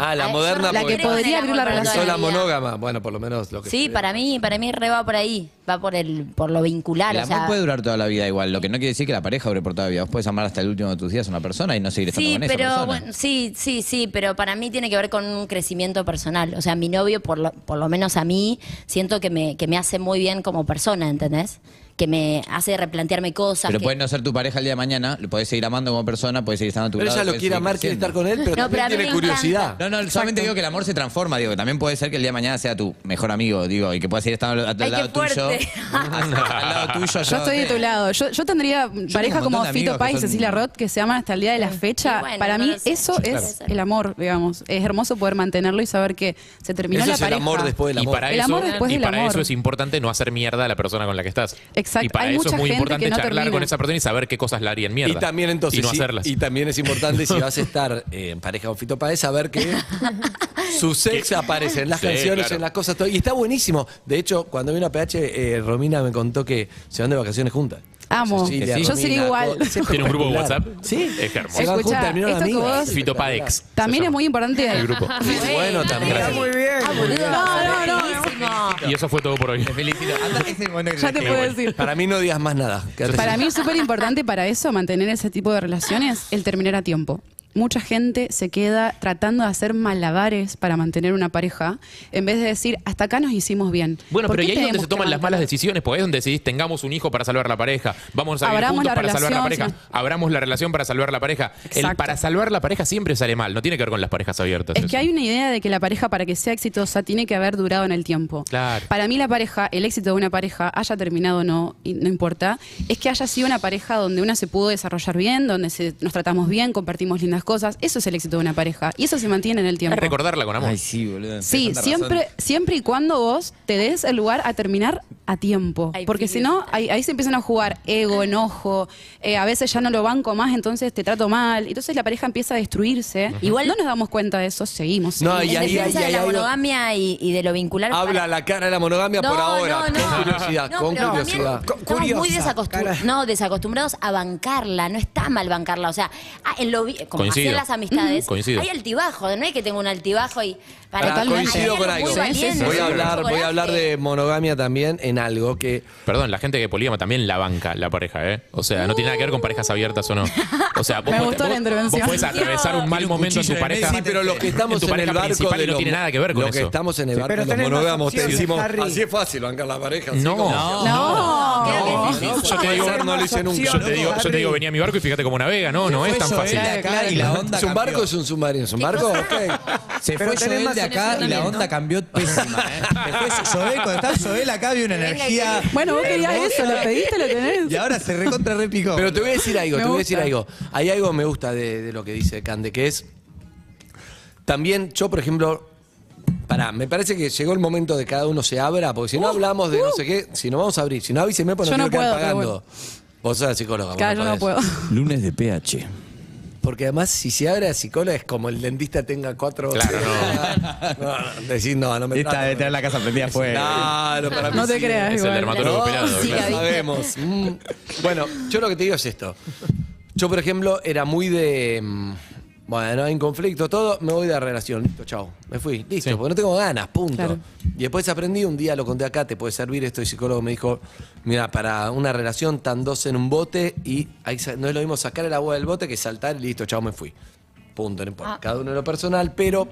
Speaker 3: Ah, la
Speaker 6: Ah, yo
Speaker 3: moderna.
Speaker 6: no
Speaker 4: La
Speaker 3: porque
Speaker 4: que podría abrir la
Speaker 6: Usó
Speaker 3: Usó
Speaker 4: relación.
Speaker 3: la monógama. Bueno, por lo menos lo que.
Speaker 6: Sí, para mí, para mí re va por ahí, va por el, por lo vincular,
Speaker 7: El
Speaker 6: o
Speaker 7: amor
Speaker 6: sea,
Speaker 7: puede durar toda la vida igual, lo que no quiere decir que la pareja dure por toda la vida. Vos puedes amar hasta el último de tus días a una persona y no seguir estando
Speaker 6: Sí,
Speaker 7: con esa
Speaker 6: pero
Speaker 7: persona.
Speaker 6: bueno, sí, sí, sí, pero para mí tiene que ver con un crecimiento personal. O sea, mi novio, por lo, por lo menos a mí, siento que me, que me hace muy bien como persona, ¿entendés? Que me hace replantearme cosas.
Speaker 7: Pero
Speaker 6: que-
Speaker 7: puede no ser tu pareja el día de mañana, lo podés seguir amando como persona, puedes seguir estando a tu
Speaker 3: Pero
Speaker 7: lado,
Speaker 3: ella lo
Speaker 7: podés
Speaker 3: quiere
Speaker 7: seguir
Speaker 3: amar, quiere
Speaker 7: creciendo.
Speaker 3: estar con él, pero
Speaker 6: No, pero
Speaker 3: también
Speaker 6: a mí
Speaker 3: tiene
Speaker 6: me
Speaker 3: curiosidad.
Speaker 6: encanta.
Speaker 7: No, no, solamente digo que el amor se transforma, digo, que también puede ser que el día de mañana sea tu mejor amigo, digo, y que puedas seguir estando al, al
Speaker 6: Ay, qué
Speaker 7: lado tuyo.
Speaker 6: fuerte.
Speaker 7: al lado tuyo, al
Speaker 4: Yo
Speaker 7: lado
Speaker 4: estoy de tu lado. Yo, yo tendría pareja
Speaker 7: un
Speaker 4: como
Speaker 7: montón de amigos
Speaker 4: Fito
Speaker 7: que
Speaker 4: Páez y
Speaker 7: son-
Speaker 4: Cecilia Roth que se aman hasta el día de la fecha.
Speaker 6: Y bueno,
Speaker 4: Para
Speaker 6: no
Speaker 4: mí
Speaker 6: lo sé.
Speaker 4: eso
Speaker 6: Sí,
Speaker 4: es
Speaker 6: claro.
Speaker 4: el amor, digamos. Es hermoso poder mantenerlo y saber que se terminó
Speaker 3: Eso
Speaker 4: la
Speaker 3: es el
Speaker 4: pareja.
Speaker 3: amor después del
Speaker 5: Y
Speaker 3: amor.
Speaker 5: para,
Speaker 4: El
Speaker 5: eso,
Speaker 4: amor después
Speaker 5: y
Speaker 4: del
Speaker 5: para
Speaker 4: amor.
Speaker 5: eso es importante no hacer mierda a la persona con la que estás.
Speaker 4: Exacto.
Speaker 5: Y para
Speaker 4: Hay
Speaker 5: eso es
Speaker 4: mucha
Speaker 5: muy
Speaker 4: gente
Speaker 5: importante
Speaker 4: que no
Speaker 5: charlar
Speaker 4: termina.
Speaker 5: con esa persona y saber qué cosas la harían mierda.
Speaker 3: Y también entonces.
Speaker 5: Y no
Speaker 3: sí,
Speaker 5: hacerlas.
Speaker 3: y también es importante si vas a estar eh, en pareja con Fito Páez, saber que su sex aparece en las
Speaker 5: Sí,
Speaker 3: canciones,
Speaker 5: claro.
Speaker 3: en las cosas. todo. Y está buenísimo. De hecho, cuando vino a PH, eh, Romina me contó que se van de vacaciones juntas.
Speaker 4: Amo.
Speaker 3: Cecilia,
Speaker 4: Sí, yo sería igual.
Speaker 3: todo- es
Speaker 5: ¿Tiene un grupo de
Speaker 3: espectacular.
Speaker 5: WhatsApp?
Speaker 3: Sí.
Speaker 5: Es hermoso.
Speaker 3: Se van
Speaker 4: Escuchá,
Speaker 3: juntas, terminaron
Speaker 4: esto que
Speaker 3: amigas.
Speaker 4: vos-
Speaker 5: Fito Paex.
Speaker 4: También
Speaker 5: se
Speaker 4: es muy importante.
Speaker 5: llama El grupo.
Speaker 3: Es bueno también.
Speaker 6: Está
Speaker 9: muy bien.
Speaker 6: Ah, boludo,
Speaker 4: No, no, no.
Speaker 6: buenísimo.
Speaker 5: Y eso fue todo por hoy.
Speaker 7: felicito. Anda, ese es el momento que
Speaker 4: Ya te puedo decir.
Speaker 3: Para mí no digas más nada. Quédate
Speaker 4: Para
Speaker 3: así.
Speaker 4: mí es súper importante para eso, mantener ese tipo de relaciones, el terminar a tiempo. Mucha gente se queda tratando de hacer malabares para mantener una pareja, en vez de decir, hasta acá nos hicimos bien.
Speaker 5: Bueno,
Speaker 4: ¿Por
Speaker 5: pero
Speaker 4: qué
Speaker 5: y ahí es donde
Speaker 4: tenemos
Speaker 5: se
Speaker 4: que
Speaker 5: toman las malas
Speaker 4: mantener?
Speaker 5: decisiones, porque ahí es donde decidís tengamos un hijo para salvar la pareja, vamos a vivir
Speaker 4: Abramos
Speaker 5: juntos
Speaker 4: la
Speaker 5: para salvar la
Speaker 4: relación,
Speaker 5: pareja, abramos la relación para salvar la pareja. El
Speaker 4: Exacto.
Speaker 5: para salvar la pareja siempre sale mal, no tiene que ver con las parejas abiertas.
Speaker 4: Es
Speaker 5: eso.
Speaker 4: que hay una idea de que la pareja para que sea exitosa tiene que haber durado en el tiempo.
Speaker 5: Claro.
Speaker 4: Para mí la pareja, el éxito de una pareja, haya terminado o no, y no importa, es que haya sido una pareja donde una se pudo desarrollar bien, donde se- nos tratamos bien, compartimos lindas cosas. Eso es el éxito de una pareja y eso se mantiene en el tiempo.
Speaker 5: Es recordarla con amor.
Speaker 7: Ay, sí, boludo.
Speaker 4: Sí,
Speaker 7: tenés tanta
Speaker 4: siempre,
Speaker 7: razón.
Speaker 4: siempre y cuando vos te des el lugar a terminar a tiempo.
Speaker 6: Ay,
Speaker 4: Porque si no, ahí, ahí se empiezan a jugar ego, enojo, eh, a veces ya no lo banco más, entonces te trato mal. Entonces la pareja empieza a destruirse. Igual no nos damos cuenta de eso, seguimos.
Speaker 3: No,
Speaker 4: seguimos.
Speaker 3: y
Speaker 6: en
Speaker 3: ahí-
Speaker 6: defensa
Speaker 3: ahí- ahí
Speaker 6: de la
Speaker 3: algo-
Speaker 6: monogamia y, y de lo vincular.
Speaker 3: Habla
Speaker 6: para-
Speaker 3: la cara de la monogamia por
Speaker 6: No,
Speaker 3: ahora.
Speaker 6: no, no.
Speaker 3: Con curiosidad,
Speaker 6: No,
Speaker 3: con
Speaker 6: pero también
Speaker 3: curiosidad.
Speaker 9: Co-
Speaker 6: Estamos muy
Speaker 9: curiosa, cara.
Speaker 6: desacostumbrados, no, desacostumbrados a bancarla, no está mal bancarla, o sea, ah, en lo vi- como
Speaker 5: Coincido.
Speaker 6: hacer las amistades,
Speaker 5: Ujú, coincido.
Speaker 6: hay altibajo, no es que tengo un altibajo y
Speaker 3: Pará,
Speaker 6: para
Speaker 4: Totalmente.
Speaker 3: Ah, coincido
Speaker 6: hay
Speaker 3: con algo.
Speaker 6: algo muy
Speaker 4: Sí, sí,
Speaker 6: valiente,
Speaker 4: sí.
Speaker 3: Voy a
Speaker 6: mucho
Speaker 3: hablar, voy
Speaker 6: coraje.
Speaker 3: a hablar de monogamia también en algo que
Speaker 5: Perdón, la gente que polígama también la banca, la pareja, ¿eh? O sea, no tiene nada que ver con parejas abiertas o no. O sea, vos,
Speaker 4: Me
Speaker 5: podés-
Speaker 4: gustó la
Speaker 5: vos-
Speaker 4: intervención.
Speaker 5: vos podés atravesar un mal
Speaker 7: Tiene un
Speaker 5: momento en tu
Speaker 7: cuchillo en
Speaker 5: pareja.
Speaker 7: medio.
Speaker 3: Sí, pero los que
Speaker 5: en
Speaker 3: estamos
Speaker 5: tu
Speaker 3: eh, en, el
Speaker 5: pareja
Speaker 3: barco
Speaker 5: principal
Speaker 3: de
Speaker 5: y no
Speaker 3: los,
Speaker 5: tiene nada que ver con
Speaker 3: los que
Speaker 5: eso.
Speaker 3: estamos en el
Speaker 9: Sí,
Speaker 3: barco
Speaker 9: pero
Speaker 3: de los
Speaker 9: tenés más
Speaker 3: monógamos te
Speaker 9: opciones,
Speaker 3: decimos
Speaker 9: Harry.
Speaker 3: así es fácil bancar la pareja así
Speaker 5: No.
Speaker 3: como-
Speaker 5: No.
Speaker 4: No.
Speaker 6: Creo que sí.
Speaker 3: no,
Speaker 5: Yo te digo-
Speaker 3: César no lo hice nunca
Speaker 5: Yo te digo, yo te digo, venía a mi barco y fíjate cómo navega, no, no es tan
Speaker 7: Fue Joel
Speaker 5: fácil.
Speaker 7: de acá y la onda
Speaker 3: es un
Speaker 7: cambió.
Speaker 3: barco es un submarino es un barco ok.
Speaker 7: Se
Speaker 9: Pero
Speaker 7: fue
Speaker 9: tenés
Speaker 7: Joel
Speaker 9: más
Speaker 7: de acá y la onda cambió pésima. ¿eh? Después Joel, cuando estaba Joel acá había una energía.
Speaker 4: Bueno, vos querías eso, lo pediste, lo tenés.
Speaker 7: Y ahora se recontra repicó.
Speaker 3: Pero te voy a decir algo,
Speaker 4: Me
Speaker 3: te voy a
Speaker 4: gusta.
Speaker 3: decir algo. Hay algo que me gusta de, de lo que dice Cande, que es. También, yo, por ejemplo. Pará, me parece que llegó el momento de que cada uno se abra, porque si no hablamos de no sé qué, si no vamos a abrir, si no avíseme, pues
Speaker 4: Uh, Yo
Speaker 3: nos
Speaker 4: no
Speaker 3: tengo que quedar
Speaker 4: puedo, pero
Speaker 3: pagando. Vos sos la psicóloga, vos
Speaker 4: Claro, yo no
Speaker 3: podés.
Speaker 4: puedo.
Speaker 7: Lunes de PH.
Speaker 3: Porque además, si se abre a psicóloga, es como el dentista tenga cuatro.
Speaker 5: Claro,
Speaker 3: no. no. Decís, no, no me
Speaker 7: Esta
Speaker 3: trato.
Speaker 7: debe tener la casa prendida a fuego.
Speaker 3: Claro, para mí
Speaker 4: No te
Speaker 3: sí.
Speaker 4: creas,
Speaker 5: Es el
Speaker 4: igual.
Speaker 5: dermatólogo
Speaker 3: No,
Speaker 5: pelado.
Speaker 3: sí,
Speaker 5: claro.
Speaker 3: la sabemos. Mm. Bueno, yo lo que te digo es esto. Yo, por ejemplo, era muy de. mm, Bueno, en conflicto, todo, me voy de relación. Listo, chao. Me fui. Listo,
Speaker 5: Sí.
Speaker 3: porque no tengo ganas, punto.
Speaker 4: Claro.
Speaker 3: Y después aprendí, un día lo conté acá, te puede servir esto. Y psicólogo me dijo: Mira, para una relación, están dos en un bote y ahí sa- no es lo mismo sacar el agua del bote que saltar y listo, chao, me fui. Punto, no importa. Cada uno en lo personal, pero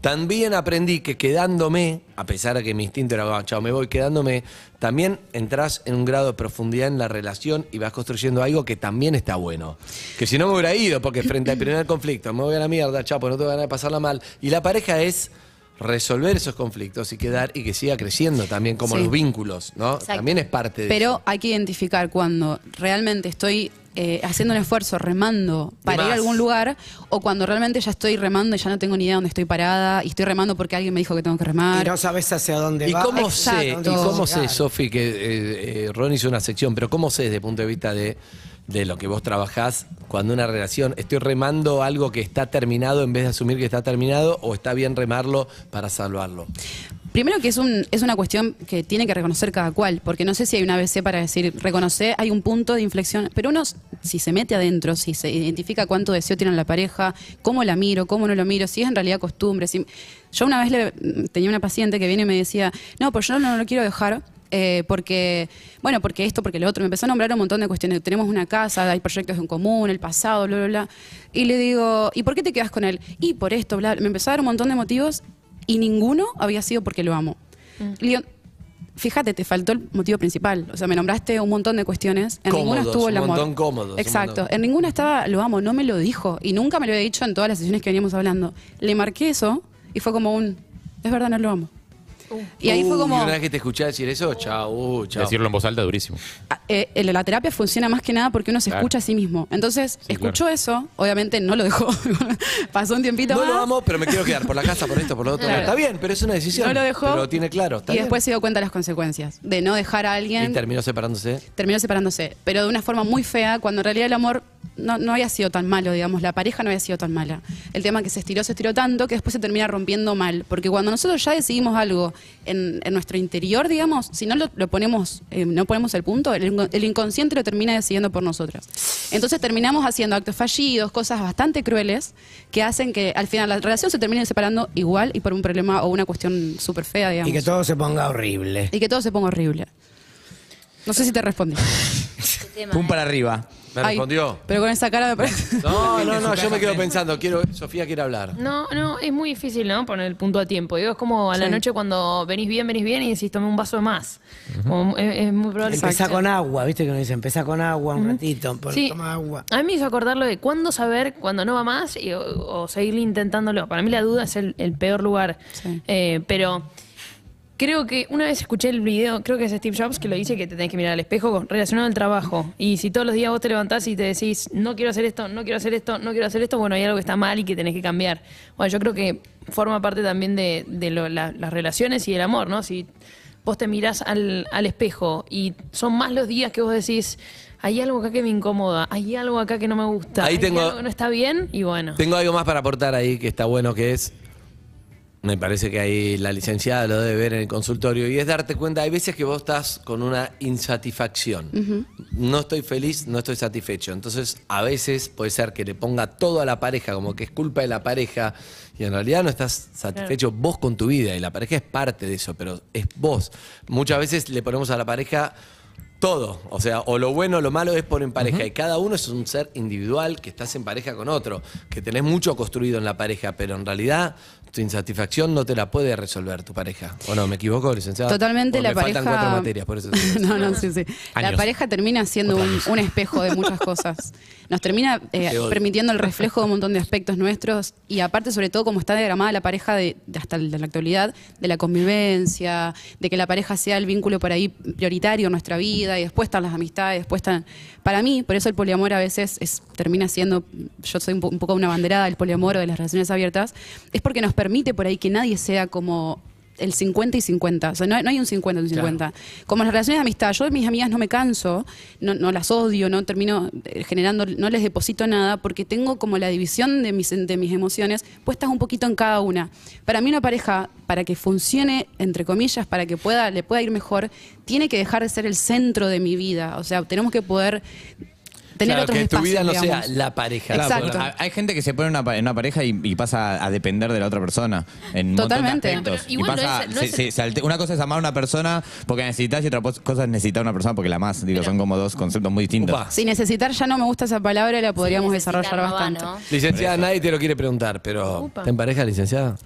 Speaker 3: también aprendí que quedándome, a pesar de que mi instinto era, "Ah, chao, me voy quedándome, también entras en un grado de profundidad en la relación y vas construyendo algo que también está bueno. Que si no me hubiera ido, porque frente al primer conflicto, me voy a la mierda, chao, pues no tengo ganas de pasarla mal. Y la pareja es resolver esos conflictos y quedar y que siga creciendo también, como
Speaker 4: Sí.
Speaker 3: los vínculos, ¿no?
Speaker 6: Exacto.
Speaker 3: También es parte de
Speaker 4: Pero
Speaker 3: eso.
Speaker 4: hay que identificar cuando realmente estoy eh, haciendo un esfuerzo, remando para ir a
Speaker 3: más.
Speaker 4: algún lugar, o cuando realmente ya estoy remando y ya no tengo ni idea dónde estoy parada, y estoy remando porque alguien me dijo que tengo que remar.
Speaker 9: Y no sabes hacia dónde
Speaker 3: ¿Y
Speaker 9: va.
Speaker 3: cómo
Speaker 4: Exacto.
Speaker 3: sé, y cómo sé, Sofi, que eh, eh, Ron hizo una sección, pero cómo sé desde el punto de vista de, de lo que vos trabajás cuando una relación, estoy remando algo que está terminado en vez de asumir que está terminado o está bien remarlo para salvarlo?
Speaker 4: Primero que es, un, es una cuestión que tiene que reconocer cada cual, porque no sé si hay una ABC para decir, reconocer, hay un punto de inflexión, pero uno, si se mete adentro, si se identifica cuánto deseo tiene la pareja, cómo la miro, cómo no lo miro, si es en realidad costumbre. si- Yo una vez le- tenía una paciente que viene y me decía, no, pues yo no lo quiero dejar. eh, porque, bueno, porque esto, porque lo otro, me empezó a nombrar un montón de cuestiones. Tenemos una casa, hay proyectos en común, el pasado, bla, bla, bla. Y le digo, ¿y por qué te quedas con él? Y por esto, bla, bla. Me empezó a dar un montón de motivos y ninguno había sido porque lo amo. Le digo, fíjate, te faltó el motivo principal. O sea, me nombraste un montón de cuestiones. En ninguna
Speaker 3: Cómodos,
Speaker 4: estuvo el
Speaker 3: un
Speaker 4: amor.
Speaker 3: montón cómodos, un
Speaker 4: Exacto.
Speaker 3: montón.
Speaker 4: En ninguna estaba lo amo, no me lo dijo. Y nunca me lo había dicho en todas las sesiones que veníamos hablando. Le marqué eso y fue como un, es verdad, no lo amo. Y ahí fue
Speaker 3: Uy,
Speaker 4: como...
Speaker 3: Una vez que te escuché decir eso, chao, uh, chao.
Speaker 5: Decirlo en voz alta es durísimo.
Speaker 4: Ah, eh, el- la terapia funciona más que nada porque uno se
Speaker 5: Claro.
Speaker 4: escucha a sí mismo. Entonces, escuchó eso, obviamente no lo dejó. Pasó un tiempito
Speaker 3: No
Speaker 4: más.
Speaker 3: lo amo, pero me quiero quedar por la casa, por esto, por lo otro.
Speaker 4: Claro.
Speaker 3: Está bien, pero es una decisión.
Speaker 4: No lo dejó.
Speaker 3: Pero lo tiene claro. Está
Speaker 4: y
Speaker 3: bien.
Speaker 4: después se dio cuenta de las consecuencias. De no dejar a alguien.
Speaker 3: Y terminó separándose.
Speaker 4: terminó separándose, pero de una forma muy fea, cuando en realidad el amor no, no había sido tan malo, digamos, la pareja no había sido tan mala. El tema que se estiró, se estiró tanto que después se termina rompiendo mal, porque cuando nosotros ya decidimos algo en, en nuestro interior, digamos, si no lo, lo ponemos, eh, no ponemos el punto, el, inco- el inconsciente lo termina decidiendo por nosotras. Entonces terminamos haciendo actos fallidos, cosas bastante crueles, que hacen que al final la relación se termine separando igual y por un problema o una cuestión súper fea, digamos.
Speaker 9: Y que todo se ponga horrible.
Speaker 4: y que todo se ponga horrible. No sé si te respondí.
Speaker 7: Pum para arriba.
Speaker 3: Me
Speaker 4: Ay,
Speaker 3: respondió.
Speaker 4: Pero con esa cara me parece.
Speaker 3: No, no, no, yo me quedo pensando. Quiero, Sofía quiere hablar.
Speaker 8: No, no, es muy difícil, ¿no? Poner el punto a tiempo. Digo, es como a la
Speaker 4: Sí.
Speaker 8: noche cuando venís bien, venís bien y decís, tomé un vaso de más. Como, es, es muy probable que-
Speaker 9: Empezá con agua, viste que uno dice, empezá con agua un ratito, por-
Speaker 8: Sí.
Speaker 9: toma agua.
Speaker 8: A mí me hizo acordar lo de cuándo saber, cuándo no va más y- o, o seguir intentándolo. Para mí la duda es el, el peor lugar.
Speaker 4: Sí.
Speaker 8: Eh, pero creo que una vez escuché el video, creo que es Steve Jobs que lo dice que te tenés que mirar al espejo con- relacionado al trabajo. Y si todos los días vos te levantás y te decís, no quiero hacer esto, no quiero hacer esto, no quiero hacer esto, bueno, hay algo que está mal y que tenés que cambiar. Bueno, yo creo que forma parte también de, de lo- la- las relaciones y el amor, ¿no? Si vos te mirás al, al espejo y son más los días que vos decís, hay algo acá que me incomoda, hay algo acá que no me gusta,
Speaker 3: Ahí
Speaker 8: hay
Speaker 3: tengo-
Speaker 8: algo que no está bien, y bueno.
Speaker 3: Tengo algo más para aportar ahí que está bueno, que es, me parece que ahí la licenciada lo debe ver en el consultorio, y es darte cuenta, hay veces que vos estás con una insatisfacción. No estoy feliz, no estoy satisfecho. Entonces, a veces puede ser que le ponga todo a la pareja, como que es culpa de la pareja, y en realidad no estás satisfecho vos con tu vida, y la pareja es parte de eso, pero es vos. Muchas veces le ponemos a la pareja... Todo, o sea, o lo bueno o lo malo es por en pareja. Y cada uno es un ser individual que estás en pareja con otro, que tenés mucho construido en la pareja, pero en realidad tu insatisfacción no te la puede resolver tu pareja. ¿O no? ¿Me equivoco, licenciada?
Speaker 4: Totalmente
Speaker 3: Porque
Speaker 4: la
Speaker 3: me
Speaker 4: pareja.
Speaker 3: faltan cuatro materias, por eso. te digo.
Speaker 4: no, no, sí, sí. La
Speaker 5: Años.
Speaker 4: pareja termina siendo un, un espejo de muchas cosas. Nos termina eh,
Speaker 3: Te odio.
Speaker 4: permitiendo el reflejo de un montón de aspectos nuestros y aparte, sobre todo, como está diagramada la pareja de, de hasta la la actualidad, de la convivencia, de que la pareja sea el vínculo por ahí prioritario en nuestra vida y después están las amistades, después están... Para mí, por eso el poliamor a veces es- termina siendo, yo soy un, po- un poco una banderada del poliamor o de las relaciones abiertas, es porque nos permite por ahí que nadie sea como el 50 y 50. O sea, no, no hay un 50 y un 50. Como las relaciones de amistad, yo de mis amigas no me canso, no, no las odio, no termino eh, generando, no les deposito nada, porque tengo como la división de mis, de mis emociones puestas un poquito en cada una. Para mí una pareja, para que funcione, entre comillas, para que pueda, le pueda ir mejor, tiene que dejar de ser el centro de mi vida. O sea, tenemos que poder tener
Speaker 3: Claro,
Speaker 4: otros
Speaker 3: que tu
Speaker 4: espacios,
Speaker 3: vida no
Speaker 4: digamos.
Speaker 3: sea la pareja.
Speaker 7: Claro,
Speaker 4: Exacto.
Speaker 7: porque hay- Hay gente que se pone en una pa- en una pareja y, y pasa a depender de la otra persona. En un montón de
Speaker 4: Totalmente.
Speaker 7: aspectos.
Speaker 8: Pero
Speaker 7: Y
Speaker 8: igual no
Speaker 7: pasa-
Speaker 8: es- no
Speaker 7: se-
Speaker 8: es-
Speaker 7: se- se alte- Una cosa es amar a una persona porque necesitas y otra pos- cosa es necesitar a una persona porque la amas. Digo, son como dos conceptos muy distintos.
Speaker 3: Upa.
Speaker 4: Si necesitar ya no me gusta esa palabra, la podríamos
Speaker 6: necesitar
Speaker 4: desarrollar
Speaker 6: no va,
Speaker 4: bastante.
Speaker 6: ¿no?
Speaker 3: ah, Licenciada, nadie te lo quiere preguntar, pero
Speaker 8: Upa.
Speaker 3: ¿en pareja, licenciada?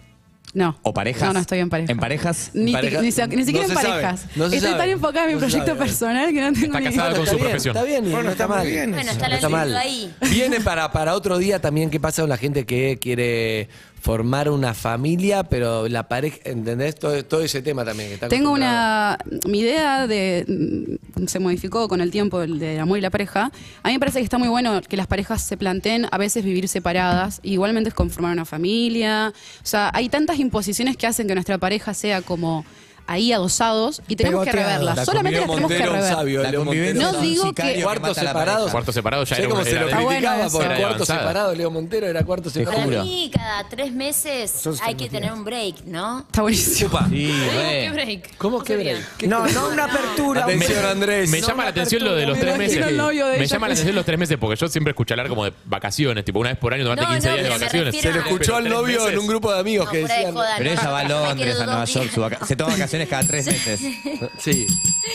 Speaker 4: No.
Speaker 7: O parejas.
Speaker 4: No, no estoy en pareja.
Speaker 7: En parejas.
Speaker 4: Ni,
Speaker 3: En pareja-
Speaker 4: ni se- ni
Speaker 3: no
Speaker 4: siquiera
Speaker 3: se
Speaker 4: en
Speaker 3: sabe,
Speaker 4: parejas.
Speaker 3: no se
Speaker 4: Estoy
Speaker 3: sabe,
Speaker 4: tan enfocada en
Speaker 3: no
Speaker 4: mi
Speaker 3: se
Speaker 4: proyecto
Speaker 3: sabe.
Speaker 4: personal que no tengo
Speaker 5: Está
Speaker 4: ni
Speaker 5: casada
Speaker 4: idea.
Speaker 5: con su
Speaker 3: bien,
Speaker 5: profesión.
Speaker 3: Está bien,
Speaker 9: Bueno,
Speaker 3: no está,
Speaker 9: está muy
Speaker 3: mal.
Speaker 9: bien
Speaker 6: Bueno, está
Speaker 3: No
Speaker 6: la
Speaker 3: está mal.
Speaker 6: lindo ahí.
Speaker 3: Viene para, para otro día también qué pasa con la gente que quiere formar una familia, pero la pareja, ¿entendés? Todo, todo ese tema también que está
Speaker 4: Tengo
Speaker 3: acostumbrado.
Speaker 4: una. Mi idea de. mm, Se modificó con el tiempo el de amor y la pareja. A mí me parece que está muy bueno que las parejas se planteen a veces vivir separadas. Igualmente es conformar una familia. O sea, hay tantas imposiciones que hacen que nuestra pareja sea como. ahí adosados y tenemos que
Speaker 9: Pegoteados.
Speaker 4: reverlas.
Speaker 9: La
Speaker 4: Solamente las
Speaker 3: Comió
Speaker 4: tenemos que
Speaker 3: Montero, un
Speaker 4: rever.
Speaker 3: sabio,
Speaker 7: La
Speaker 3: Leo
Speaker 7: convivencia
Speaker 3: Montero.
Speaker 4: No
Speaker 7: es un
Speaker 4: digo
Speaker 7: sicario
Speaker 4: que-
Speaker 7: mata a
Speaker 3: Cuartos
Speaker 7: la pareja.
Speaker 3: separados.
Speaker 5: Cuarto separado ya
Speaker 3: ¿Sabés
Speaker 5: era
Speaker 3: cómo
Speaker 5: un-
Speaker 3: se
Speaker 5: era
Speaker 3: lo
Speaker 5: de-
Speaker 4: Está
Speaker 3: criticaba?
Speaker 4: bueno
Speaker 3: Porque
Speaker 5: eso.
Speaker 3: cuarto
Speaker 5: Avanzada.
Speaker 3: separado, Leo Montero era cuarto
Speaker 6: Para
Speaker 3: separado.
Speaker 6: mí, cada tres meses
Speaker 9: Sos
Speaker 6: hay que tener un break, ¿no?
Speaker 4: Está buenísimo.
Speaker 3: Upa.
Speaker 7: Sí,
Speaker 8: ¿Qué
Speaker 7: re.
Speaker 8: break?
Speaker 3: ¿Cómo que
Speaker 8: sería?
Speaker 3: break? ¿Qué-
Speaker 9: No, no una apertura. un-
Speaker 3: Atención, Andrés.
Speaker 5: Me llama la apertura, atención lo de los
Speaker 4: me
Speaker 5: tres
Speaker 4: imagino
Speaker 5: meses.
Speaker 4: el novio de
Speaker 5: Me
Speaker 4: ella.
Speaker 5: llama la atención los tres meses porque yo siempre escucho hablar como de vacaciones, tipo una vez por año durante
Speaker 6: No,
Speaker 5: 15
Speaker 6: no,
Speaker 5: días de
Speaker 6: pero me
Speaker 5: vacaciones.
Speaker 6: refiero Se lo a-
Speaker 3: Escuchó al novio en un grupo de amigos
Speaker 6: No,
Speaker 3: que
Speaker 6: fuera de
Speaker 3: decían.
Speaker 6: joda,
Speaker 7: Pero
Speaker 6: no,
Speaker 7: ella va a
Speaker 6: yo me
Speaker 7: Londres,
Speaker 6: quedo
Speaker 7: a
Speaker 6: dos
Speaker 7: Nueva York,
Speaker 6: días.
Speaker 7: su vaca- se toma vacaciones cada tres meses.
Speaker 3: Sí.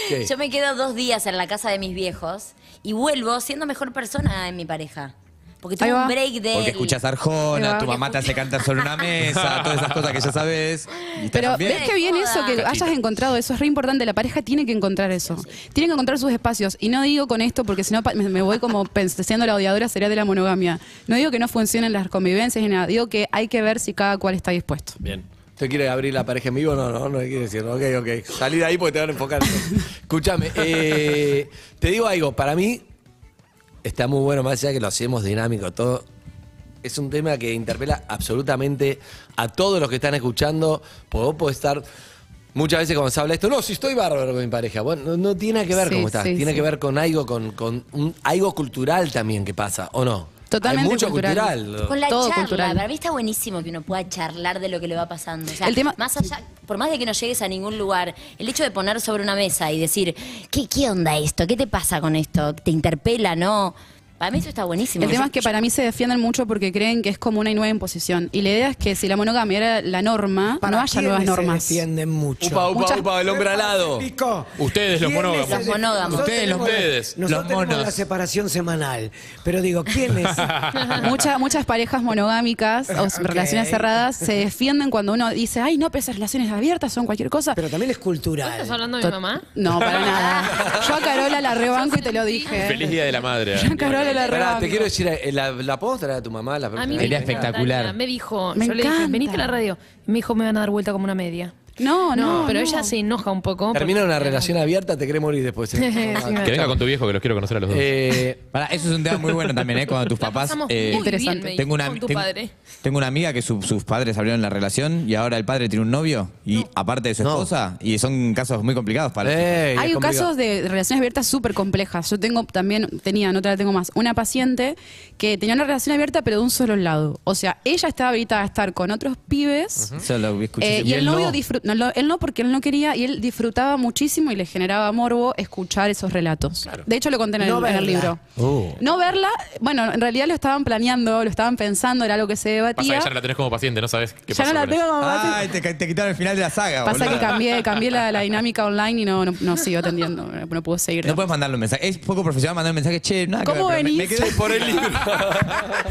Speaker 3: ¿Qué?
Speaker 6: Yo me quedo dos días en la casa de mis viejos y vuelvo siendo mejor persona en mi pareja. Porque
Speaker 4: Ahí
Speaker 6: tuve
Speaker 4: va.
Speaker 6: un break de.
Speaker 7: Porque escuchas Arjona, tu mamá te hace cantar sobre una mesa, todas esas cosas que ya sabes. Y estás
Speaker 4: Pero
Speaker 7: bien.
Speaker 4: ves que bien eso, que
Speaker 5: Cachito.
Speaker 4: hayas encontrado eso, es re importante. La pareja tiene que encontrar eso. Tiene que encontrar sus espacios. Y no digo con esto, porque si no pa- me me voy como pens- siendo la odiadora sería de la monogamia. No digo que no funcionen las convivencias ni nada. Digo que hay que ver si cada cual está dispuesto.
Speaker 3: Bien. ¿Usted quiere abrir la pareja en vivo? No, no, no le quiere decir. Ok, ok. Salí de ahí porque te van a enfocar. Escúchame. eh, te digo algo. Para mí está muy bueno, más allá de que lo hacemos dinámico, todo. Es un tema que interpela absolutamente a todos los que están escuchando. Porque vos podés estar. Muchas veces cuando se habla esto, no, si estoy bárbaro con mi pareja. Bueno, no, no tiene que ver
Speaker 4: Sí,
Speaker 3: cómo estás,
Speaker 4: sí,
Speaker 3: tiene
Speaker 4: sí.
Speaker 3: que ver con algo, con, con un- algo cultural también que pasa, ¿o no?
Speaker 4: Totalmente
Speaker 3: Hay mucho
Speaker 4: cultural.
Speaker 3: cultural.
Speaker 6: Con la
Speaker 4: Todo
Speaker 6: charla,
Speaker 4: cultural.
Speaker 6: para mí está buenísimo que uno pueda charlar de lo que le va pasando. O sea,
Speaker 4: El tema-
Speaker 6: más allá, por más de que no llegues a ningún lugar, el hecho de poner sobre una mesa y decir, ¿qué, qué onda esto? ¿Qué te pasa con esto? ¿Te interpela, no? Para mí eso está buenísimo.
Speaker 4: El tema es que para mí se defienden mucho porque creen que es como una nueva imposición. Y la idea es que si la monogamia era la norma,
Speaker 9: ¿Para
Speaker 4: no haya
Speaker 9: quiénes
Speaker 4: nuevas
Speaker 9: se
Speaker 4: normas.
Speaker 9: defienden mucho.
Speaker 3: Upa, upa,
Speaker 4: Muchas-
Speaker 3: upa, el hombre alado.
Speaker 9: Pico.
Speaker 5: Ustedes, los
Speaker 9: ¿Quiénes
Speaker 5: monógamos.
Speaker 9: se
Speaker 6: Los monógamos.
Speaker 9: Nosotros
Speaker 5: Ustedes, los
Speaker 9: tenemos la-
Speaker 5: ustedes,
Speaker 9: Nosotros
Speaker 7: los
Speaker 9: tenemos
Speaker 7: monos.
Speaker 9: la separación semanal. Pero digo, ¿quiénes?
Speaker 4: Mucha- muchas parejas monogámicas o
Speaker 9: Ok.
Speaker 4: relaciones cerradas se defienden cuando uno dice, ay, no, pero esas relaciones abiertas son cualquier cosa.
Speaker 9: Pero también es cultural.
Speaker 8: ¿Estás hablando de mi mamá?
Speaker 4: No, para nada. Yo a Carola la rebanco y te lo dije.
Speaker 5: Feliz Día de la Madre.
Speaker 4: Yo a Carola la
Speaker 3: Pará, te quiero
Speaker 4: rebanco.
Speaker 3: decir, eh, ¿la, la podemos traer a tu mamá? La
Speaker 8: A mí me
Speaker 7: Sería
Speaker 8: encanta,
Speaker 7: espectacular.
Speaker 8: Tania. Me dijo,
Speaker 4: Me
Speaker 8: yo le dije,
Speaker 4: encanta.
Speaker 8: veniste a la radio. Me dijo, me van a dar vuelta como una media.
Speaker 4: No, no.
Speaker 8: pero
Speaker 4: no.
Speaker 8: ella se enoja un poco.
Speaker 3: Termina una relación abierta, te querés morir después. eh.
Speaker 8: Sí, me-
Speaker 5: Que venga con tu viejo que los quiero conocer a los dos.
Speaker 3: Eh,
Speaker 7: Pará, eso es un tema muy bueno también, ¿eh? Cuando tus papás.
Speaker 8: pasamos
Speaker 7: eh,
Speaker 8: muy
Speaker 4: Interesante.
Speaker 8: bien, me
Speaker 7: tengo, una,
Speaker 8: dijo, con tu
Speaker 7: tengo-
Speaker 8: padre.
Speaker 7: tengo una amiga que su- sus padres abrieron la relación y ahora el padre tiene un novio, y aparte de su
Speaker 3: No. Eh.
Speaker 7: esposa, y son casos muy complicados para
Speaker 3: ey,
Speaker 4: Hay
Speaker 3: es complicado.
Speaker 4: casos de relaciones abiertas súper complejas. Yo tengo también, tenía, no te la tengo más, una paciente que tenía una relación abierta pero de un solo lado. O sea, ella estaba habilitada a estar con otros pibes.
Speaker 7: Eso lo escuché.
Speaker 4: eh, y, el novio disfrut- no, lo- él no porque él no quería y él disfrutaba muchísimo y le generaba morbo escuchar esos relatos. De hecho lo conté en, el-
Speaker 9: No
Speaker 4: en el,
Speaker 9: verla.
Speaker 4: libro.
Speaker 5: Oh.
Speaker 4: No verla, bueno, en realidad lo estaban planeando, lo estaban pensando, era algo que se
Speaker 5: Pasa
Speaker 4: debatía.
Speaker 5: que ya no la tenés como paciente, no sabes qué
Speaker 4: Ya
Speaker 5: pasa.
Speaker 4: no la
Speaker 5: con
Speaker 4: tengo
Speaker 5: eso. Ah,
Speaker 4: como paciente.
Speaker 7: Ay, te, te quitaron el final de la saga,
Speaker 4: Ah, Pasa
Speaker 7: boluda.
Speaker 4: que cambié, cambié la, la dinámica online y no, no, no sigo atendiendo, no, no puedo seguir.
Speaker 7: No puedes mandarle un mensaje. Es poco profesional mandar un mensaje, che, nada que
Speaker 4: ¿Cómo
Speaker 7: ver, pero me-
Speaker 4: venís?
Speaker 7: Me, quedé por el libro.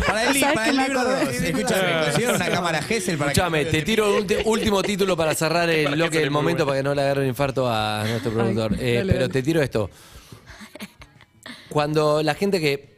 Speaker 7: para el, li-
Speaker 4: ¿Sabes
Speaker 7: para
Speaker 4: que
Speaker 7: el
Speaker 4: me
Speaker 7: libro
Speaker 4: acordé?
Speaker 7: dos. Escúchame, considero una cámara Gesell para que-
Speaker 3: Escuchame, te tiro el ulti- último título para cerrar el
Speaker 5: Para que
Speaker 3: bloque
Speaker 5: se le
Speaker 3: del momento
Speaker 5: muy bueno.
Speaker 3: para que no le agarre un infarto a nuestro productor. Eh,
Speaker 4: dale,
Speaker 3: pero
Speaker 4: dale.
Speaker 3: te tiro esto. Cuando la gente que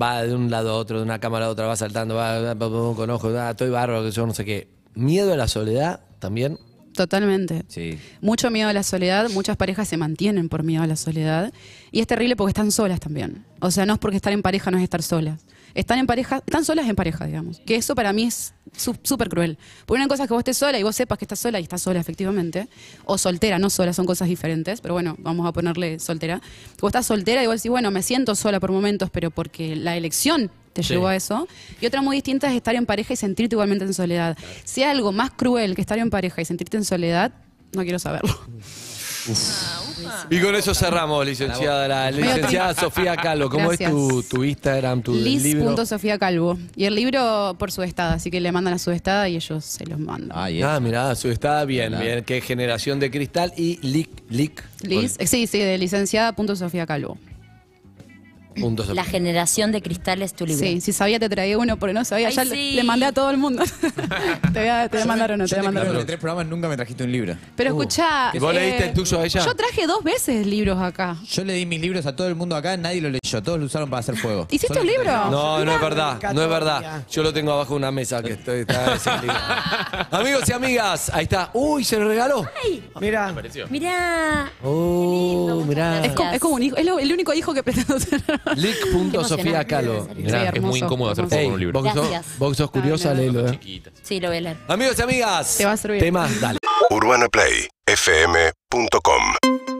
Speaker 3: va de un lado a otro, de una cámara a otra, va saltando, va, va, va, va, con ojos, ah, estoy bárbaro, que yo no sé qué. Miedo a la soledad también.
Speaker 4: Totalmente.
Speaker 7: Sí.
Speaker 4: Mucho miedo a la soledad, muchas parejas se mantienen por miedo a la soledad y es terrible porque están solas también. O sea, no es porque estar en pareja, no es estar solas. Están en pareja, están solas en pareja, digamos. Que eso para mí es su- súper cruel. Porque una cosa es que vos estés sola y vos sepas que estás sola y estás sola efectivamente. O soltera, no sola, son cosas diferentes, pero bueno, vamos a ponerle soltera. Que Vos estás soltera y vos decís, bueno, me siento sola por momentos, pero porque la elección te
Speaker 3: Sí.
Speaker 4: llevó a eso. Y otra muy distinta es estar en pareja y sentirte igualmente en soledad. Si hay algo más cruel que estar en pareja y sentirte en soledad, no quiero saberlo.
Speaker 3: Y con eso cerramos, licenciada, la licenciada Sofía Calo. ¿Cómo
Speaker 4: Gracias.
Speaker 3: es tu, tu Instagram, tu libro?
Speaker 4: Liz.sofía Calvo. Y el libro por su estada, así que le mandan a su estada y ellos se los mandan.
Speaker 7: Ay,
Speaker 3: Ah, mirá, su- está bien,
Speaker 7: Hola.
Speaker 3: bien. Qué generación de cristal y lic, lic.
Speaker 4: Liz, eh, sí, sí, de licenciada.sofía Calvo.
Speaker 3: Puntos.
Speaker 6: La generación de cristales tu libro.
Speaker 4: Sí, si sabía te traía uno, porque no sabía,
Speaker 6: Ay,
Speaker 4: ya le-
Speaker 6: sí.
Speaker 4: le mandé a todo el mundo. te voy a, te voy a mandar uno, te
Speaker 7: Yo
Speaker 4: voy a
Speaker 7: te
Speaker 4: mandar
Speaker 7: creo que
Speaker 4: uno.
Speaker 7: en tres programas nunca me trajiste un libro.
Speaker 4: Pero escuchá.
Speaker 3: Uh,
Speaker 4: eh,
Speaker 3: ¿Y vos leíste el tuyo a ella?
Speaker 4: Yo traje dos veces libros acá.
Speaker 7: Yo le di mis libros a todo el mundo acá, nadie lo leyó, todos lo usaron para hacer fuego.
Speaker 4: ¿Hiciste
Speaker 7: Solo-
Speaker 4: un libro?
Speaker 3: No, no es verdad, no es verdad.
Speaker 9: Categoría.
Speaker 3: Yo lo tengo abajo de una mesa que estoy, está ese libro. Amigos y amigas, ahí está. Uy, se lo regaló.
Speaker 9: Mira,
Speaker 6: Mirá.
Speaker 3: Oh,
Speaker 6: lindo, muchas
Speaker 3: mirá.
Speaker 6: gracias.
Speaker 4: Oh, Es como, es como un hijo, es lo- el único hijo que pretendo tener.
Speaker 3: Lic.sofiacalo.
Speaker 6: Sí,
Speaker 5: Mirá, es muy
Speaker 4: hermoso,
Speaker 5: incómodo hacer
Speaker 4: hermoso.
Speaker 5: foco
Speaker 3: Ey,
Speaker 5: con un libro.
Speaker 3: vos, que sos-
Speaker 6: Gracias.
Speaker 3: vos que sos curiosa,
Speaker 4: Ay, me
Speaker 3: léelo. eh.
Speaker 5: Chiquita.
Speaker 6: Sí, lo voy a leer.
Speaker 3: Amigos y amigas,
Speaker 4: Te va a servir.
Speaker 3: temas, dale.
Speaker 10: UrbanaPlayFM.com